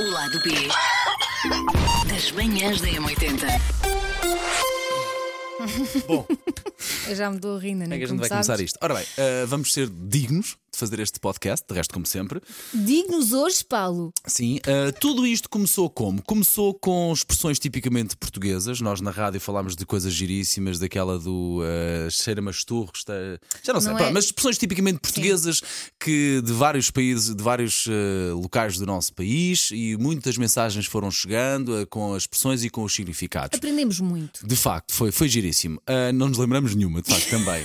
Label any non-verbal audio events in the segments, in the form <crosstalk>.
O lado B das manhãs da M80. Bom, como Eu já me dou a rir, ainda é nem que a gente vai começámos. começar isto? Ora bem, ah, vamos ser dignos de fazer este podcast, de resto, como sempre. Dignos hoje, Paulo. Sim, ah, tudo isto começou como? Começou com expressões tipicamente portuguesas. Nós na rádio falámos de coisas giríssimas, daquela do ah, cheira-me a esturro, está... já não sei, Não pá, é? mas expressões tipicamente portuguesas que de vários países, de vários ah, locais do nosso país e muitas mensagens foram chegando ah, com as expressões e com os significados. Aprendemos muito. De facto, foi, foi giríssimo. Ah, não nos lembramos nenhuma, de facto, <laughs> também.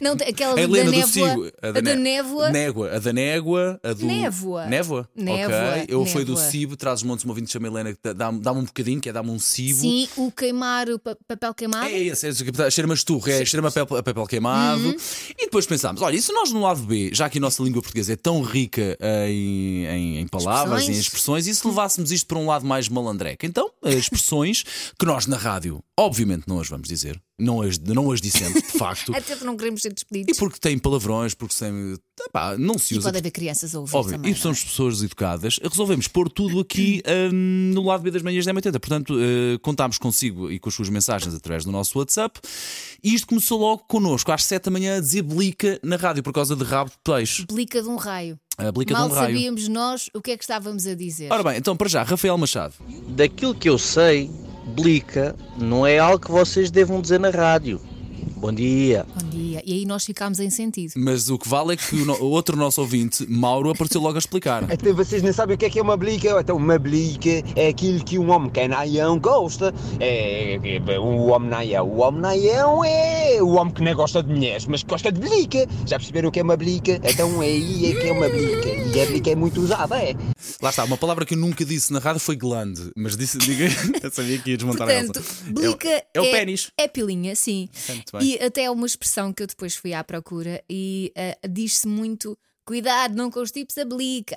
Não, t- aquela A da Helena do névoa. Sigo. a da né- névoa. Négua. A da Négua. A do... Névoa. Névoa? Névoa, Ok. Eu fui do névoa. Cibo, traz os montes uma ouvinte chama Helena, que dá- dá-me dá-me um bocadinho, que é dar-me um Cibo. Sim, o queimar, o pa- papel queimado. É esse, é esse que está- cheira-me a esturro, é cheira-me a papel, a papel queimado. Uhum. E depois pensámos: olha, e se nós no lado B, já que a nossa língua portuguesa é tão rica eh, em, em- em palavras, Expressões. em expressões, e se levássemos isto para um lado mais malandreco? Então, as expressões que nós na rádio, obviamente, não as vamos dizer, não as, não as dissemos, de <laughs> facto. Até porque não queremos ser E despedidos. E, porque tem palavrões, porque tem. Epá, não se usa. pode haver crianças a ouvir Óbvio, também. e somos pessoas educadas, resolvemos pôr tudo aqui hum, no lado B das manhãs da M80. Portanto, eh, contámos consigo e com as suas mensagens através do nosso WhatsApp. E isto começou logo connosco, às 7 da manhã, a dizer blica na rádio por causa de rabo de peixe. Blica de um raio. A blica Mal de um raio. sabíamos nós o que é que estávamos a dizer. Ora bem, então para já, Rafael Machado. Daquilo que eu sei, blica não é algo que vocês devam dizer na rádio. Bom dia. Bom dia. E aí nós ficámos em sentido. Mas o que vale é que o no- o outro nosso ouvinte, Mauro, apareceu logo a explicar. Até vocês nem sabem o que é que é uma blica. Então, uma blica é aquilo que um homem canaião gosta. É, é, é, o homem naião. O homem naião é o homem que não gosta de mulheres, mas que gosta de blica. Já perceberam o que é uma blica? Então, aí é que é uma blica. E a blica é muito usada, é. Lá está, uma palavra que eu nunca disse na rádio foi glande, mas disse, diga, <laughs> eu sabia que ia desmontar Portanto, a Elsa. blica é, é o pénis. É pilinha, sim. Muito bem. E até é uma expressão que eu depois fui à procura e ah, diz-se muito: cuidado, não com os tipos a blica.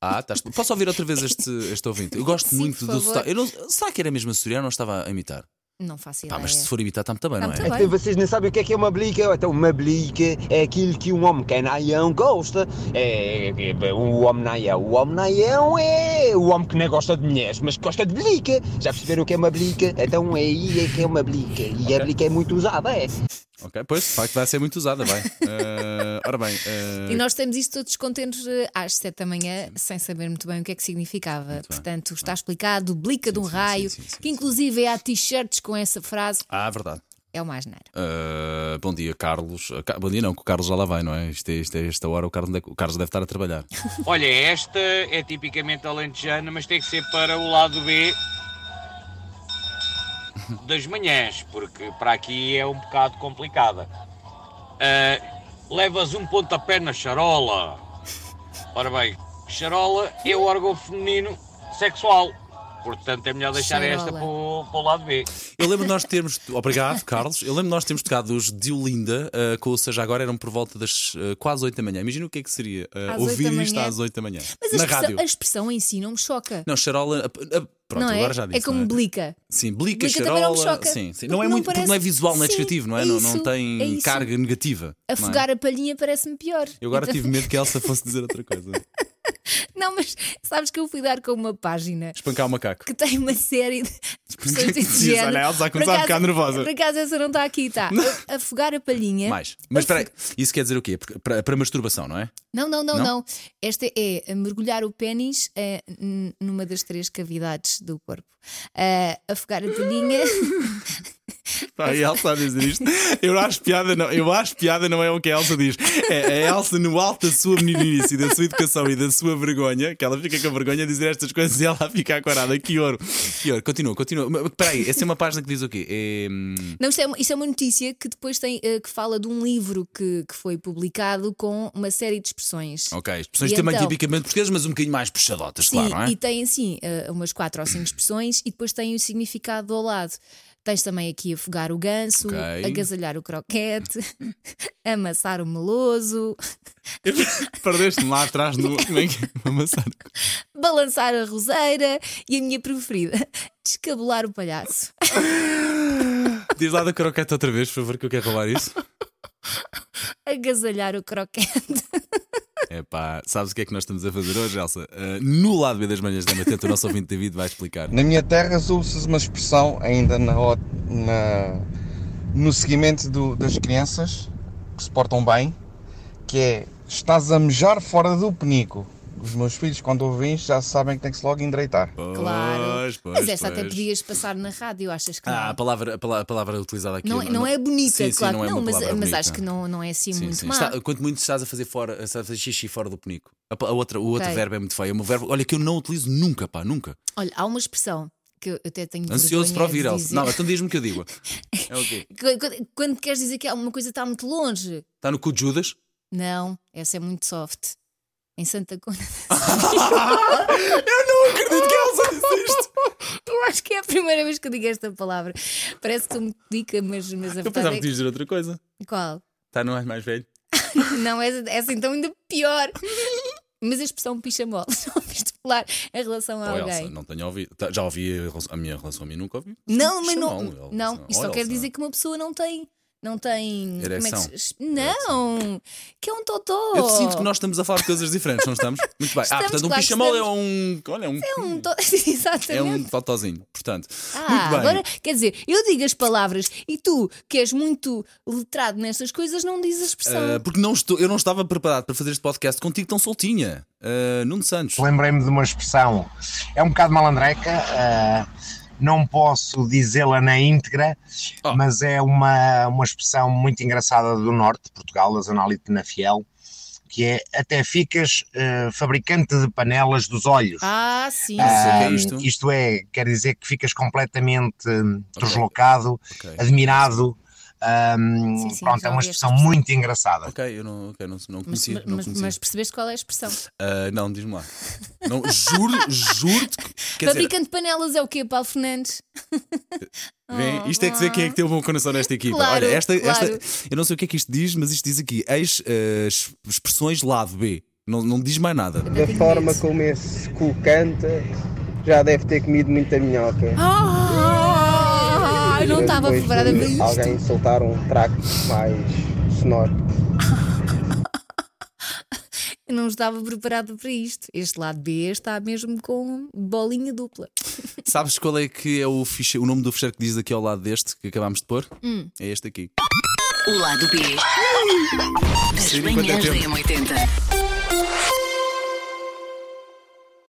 Ah, estás... Posso ouvir outra vez este, este ouvinte? Eu gosto Sim, muito por do favor. sotaque. Eu não- Será que era mesmo açoriano ou estava a imitar? Não faço ideia. Pá, mas se for imitar, está-me também, não é? Está-me também. Até vocês nem sabem o que é que é uma blica. Então, uma blica é aquilo que um homem canaião gosta. É, é, é, o homem naião. O homem naião é o homem que não gosta de mulheres, mas que gosta de blica. Já perceberam o que é uma blica? Então, aí é que é uma blica. E a blica é muito usada, é. Ok, pois, de facto, vai ser muito usada, vai. Eh, ora bem, eh, E nós temos isto todos contentes eh, às 7 da manhã, sem saber muito bem o que é que significava. Portanto, está explicado, blica de um sim, sim, raio, sim, sim, que inclusive é há t-shirts com essa frase, Ah, verdade. é o mais nada. Eh, bom dia, Carlos. Ah, Ca- Bom dia, não, que o Carlos já lá vai, não é? Isto é, isto é esta hora, o Carlos, deve- o Carlos deve estar a trabalhar. Olha, esta é tipicamente alentejana, mas tem que ser para o lado B das manhãs, porque para aqui é um bocado complicada. Ah, levas um pontapé na charola. Ora bem, charola é o órgão feminino sexual. Portanto, é melhor deixar esta Charola. para o, para o lado B. Eu lembro de nós termos. Obrigado, Carlos. Eu lembro de nós termos tocado os de Olinda, eh, com o Seja Agora, eram por volta das eh, quase 8 da manhã. Imagina o que é que seria eh, Às ouvir oito da isto manhã. às 8 da manhã. Mas a na expressão, rádio. a expressão em si não me choca. Não, charola. ah, ah, Pronto, não é? agora já disse. é como não blica. Sim, blica, Blica também charola. não me choca, Sim, sim. porque Não é não muito, porque não é parece- visual, não é Sim, descritivo, não é? é não, não isso, tem é isso. carga negativa. não é? Afogar a palhinha parece-me pior. Eu agora Então- tive medo que a <laughs> Elsa fosse dizer outra coisa. Não, mas sabes que eu fui dar com uma página Espancar o macaco. que tem uma série de <laughs> expressões que desse diz? género. Olha, ela já Por começou a acaso- ficar nervosa. Por acaso essa não está aqui, está. Afogar a palhinha. Mais. Mas espera aí, isso quer dizer o quê? Porque- Para, para masturbação, não é? Não, não, não, Não? não, Esta é mergulhar o pênis eh, n- numa das três cavidades do corpo. Eh, afogar a <laughs> palhinha. Pá, a Elsa a dizer isto. Eu acho piada, não, eu acho piada não é o que a Elsa diz. É a Elsa, no alto da sua meninice e da sua educação e da sua vergonha, que ela fica com vergonha de dizer estas coisas e ela fica aquarada. Que ouro. Que ouro. Continua, continua. Mas, Espera aí, essa é uma página que diz o quê? É. hum, Não, isto é, uma- isto é uma notícia que depois tem, eh, que fala de um livro que, que foi publicado com uma série de expressões. Ok, expressões E também então- tipicamente portuguesas, mas um bocadinho mais puxadotas, Sim, claro, não é? e tem assim eh, umas quatro ou cinco expressões e depois tem o significado ao lado. Tens também aqui afogar o ganso, Ok. agasalhar o croquete, <laughs> amassar o meloso, <laughs> Perdeste-me lá atrás <laughs> no. Amassar. balançar a roseira e a minha preferida, <laughs> descabelar o palhaço. <laughs> Diz lá da croquete outra <laughs> vez, por favor, que eu quero roubar isso. Agasalhar o croquete. Epá, sabes o que é que nós estamos a fazer hoje, Elsa? Ah, no lado B das manhãs da manhã, o nosso ouvinte David vai explicar. Na minha terra usa-se uma expressão ainda na, o- na- no seguimento do- das crianças que se portam bem, que é estás a mejar fora do penico. Os meus filhos, quando ouvem isto, já sabem que tem que se logo endireitar. <laughs> Claro. Pois, pois, Mas essa até pois. podias passar na rádio, achas que Ah, a não? palavra, a pala- a palavra utilizada aqui Não, é- não é bonita, Sim, sim, claro. não é que uma mas, palavra mas bonita. acho que não, não é assim Sim, muito sim. má. Está- quanto muito estás a fazer fora, estás a fazer xixi fora do penico. A, pa- a outra, o outro Ok. verbo é muito feio. É um verbo, olha, que eu não utilizo nunca, pá, nunca. Olha, há uma expressão que eu até tenho Ansioso para vergonha ouvir, de Elsa. dizer. Não, então diz-me que eu <laughs> digo. É o quê? Qu- quando, quando queres dizer que alguma coisa está muito longe, Está Tá no cu de Judas? não, essa é muito soft. Em Santa Cona. Acredito que Elsa disse <laughs> isto. eu acho que é a primeira vez que eu digo esta palavra. Parece que sou muito dica, mas, mas a Eu verdade pensava é que tu ias dizer outra coisa. que- Qual? Está no ar Tá, mais velho. Não, essa, essa então ainda pior. Mas a expressão picha-mole, <laughs> já ouviste falar em relação a Oh, alguém. Elsa, não tenho ouvido. Tá, Já ouvi a relação- a minha relação a mim, nunca ouvi. Não, mas Isto não. mal, Elsa. Não, isto só Oh, quer Elsa. dizer que uma pessoa não tem. Não tem. Como é Ereção. que se... Não! Que é um totó! Eu sinto que nós estamos a falar de coisas diferentes, não estamos? Muito bem. ah, Estamos, portanto, um claro que pichamol é um. Olha, um. É um totó. <laughs> Exatamente. É um totozinho. Portanto, Ah, muito bem. agora, quer dizer, eu digo as palavras e tu, que és muito letrado nestas coisas, não dizes a expressão. Ah, porque não estou, eu não estava preparado para fazer este podcast contigo tão soltinha. Ah, Nuno Santos. Lembrei-me de uma expressão, é um bocado malandreca, ah, não posso dizê-la na íntegra, Oh. mas é uma, uma expressão muito engraçada do norte de Portugal, da zona ali de Penafiel, que é até ficas ah, fabricante de panelas dos olhos. Ah, sim. Ah, sei o que é Ah, isto. isto é, quer dizer que ficas completamente hum, deslocado, Ok. admirado. hum, Sim, sim, pronto, já é uma ouvi esta expressão expressão. muito engraçada. Ok, eu não, ok, não, não mas, conhecia. mas- não, conhecia. mas percebeste qual é a expressão? Ah, não, diz-me lá. Não, juro, juro-te. que- Quer dizer, Fabricante de panelas é o quê, Paulo Fernandes? Ah, Vem, isto é que dizer quem é que teve bom coração nesta equipa. Oh, Claro, Olha, esta, claro. esta- eu não sei o que é que isto diz, mas isto diz aqui: ex, eh, ex- expressões lado B. Não, não diz mais nada. Da forma como esse cu canta, já deve ter comido muita minhoca. Ah, não estava preparada para isto. Alguém soltar um traco mais sonoro. Não estava preparada para isto. Este lado B está mesmo com bolinha dupla. Sabes qual é que é o, fiche- o nome do fecheiro que diz aqui ao lado deste que acabámos de pôr? Hum. É este aqui. O lado B das Sim, quanto é manhãs da tempo? M80.